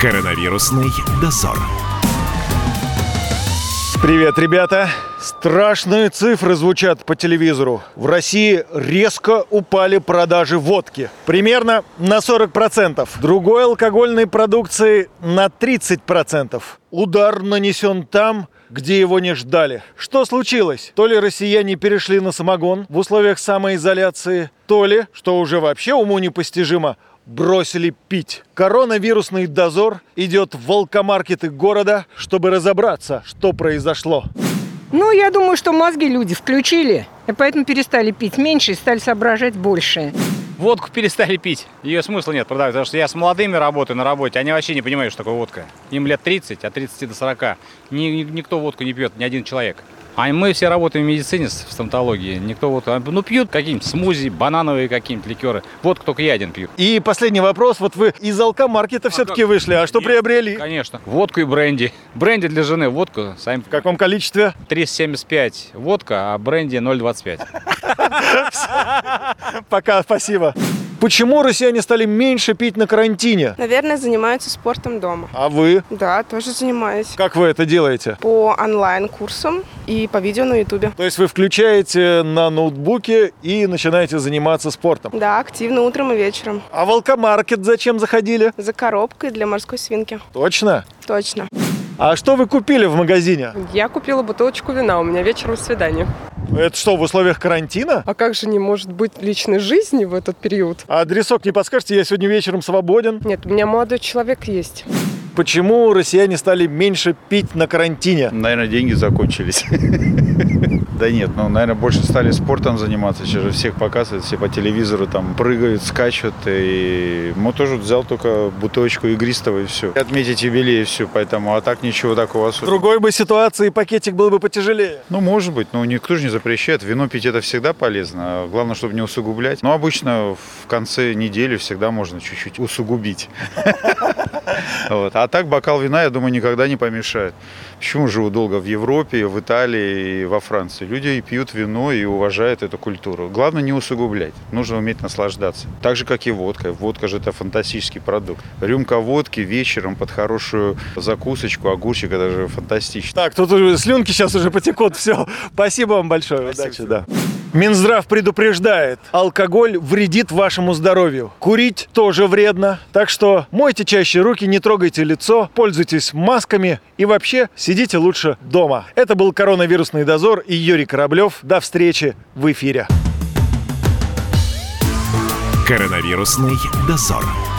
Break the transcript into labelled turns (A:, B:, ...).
A: Коронавирусный дозор.
B: Привет, ребята! Страшные цифры звучат по телевизору. В России резко упали продажи водки. Примерно на 40%. Другой алкогольной продукции на 30%. Удар нанесен там, где его не ждали. Что случилось? То ли россияне перешли на самогон в условиях самоизоляции, то ли, что уже вообще уму непостижимо, бросили пить. Коронавирусный дозор идет в волкомаркеты города, чтобы разобраться, что произошло.
C: Ну, я думаю, что мозги люди включили, и поэтому перестали пить меньше и стали соображать больше.
D: Водку перестали пить. Ее смысла нет продавать, потому что я с молодыми работаю на работе, они вообще не понимают, что такое водка. Им лет 30, от 30 до 40. Ни, ни- никто водку не пьет, ни один человек. А мы все работаем в медицине, с- в стоматологии. Никто водку... Ну, пьют какие-нибудь смузи, банановые какие-нибудь ликеры. Водку только я один пью.
B: И последний вопрос. Вот вы из алкомаркета все-таки
D: как?
B: вышли, а что
D: Нет,
B: приобрели?
D: Конечно. Водку и бренди. Бренди для жены, водку, сами...
B: В каком количестве?
D: 3,75 водка, а бренди 0,25.
B: Пока, спасибо. Почему россияне стали меньше пить на карантине?
E: Наверное, занимаются спортом дома.
B: А вы?
E: Да, тоже занимаюсь.
B: Как вы это делаете?
E: По онлайн-курсам и по видео на ютубе.
B: То есть вы включаете на ноутбуке и начинаете заниматься спортом.
E: Да, активно утром и вечером.
B: А в алкомаркет зачем заходили?
E: За коробкой для морской свинки.
B: Точно?
E: Точно.
B: А что вы купили в магазине?
F: Я купила бутылочку вина, у меня вечером свидание.
B: Это что, в условиях карантина?
F: А как же не может быть личной жизни в этот период?
B: А адресок не подскажете, я сегодня вечером свободен.
F: Нет, у меня молодой человек есть.
B: Почему россияне стали меньше пить на карантине?
G: Наверное, деньги закончились. Да нет, ну, наверное, больше стали спортом заниматься. Сейчас же всех показывают, все по телевизору там прыгают, скачут. И мы тоже взял только бутылочку игристого и все. Отметить юбилей и все, поэтому, а так ничего такого
B: В
G: особенного.
B: другой бы ситуации пакетик был бы потяжелее.
G: Ну, может быть, но никто же не запрещает. Вино пить это всегда полезно. а Главное, чтобы не усугублять. Но обычно в конце недели всегда можно чуть-чуть усугубить. Вот. А так бокал вина, я думаю, никогда не помешает. Почему живу долго в Европе, в Италии и во Франции? Люди и пьют вино и уважают эту культуру. Главное не усугублять. Нужно уметь наслаждаться. Так же, как и водка. Водка же это фантастический продукт. Рюмка водки вечером под хорошую закусочку, огурчик, это же фантастично.
B: Так, тут уже слюнки сейчас уже потекут, все. Спасибо вам большое, удачи, да. Минздрав предупреждает, алкоголь вредит вашему здоровью. Курить тоже вредно, так что мойте чаще руки, не трогайте лицо, пользуйтесь масками и вообще сидите лучше дома. Это был коронавирусный дозор и Юрий Кораблев. До встречи в эфире.
A: Коронавирусный дозор.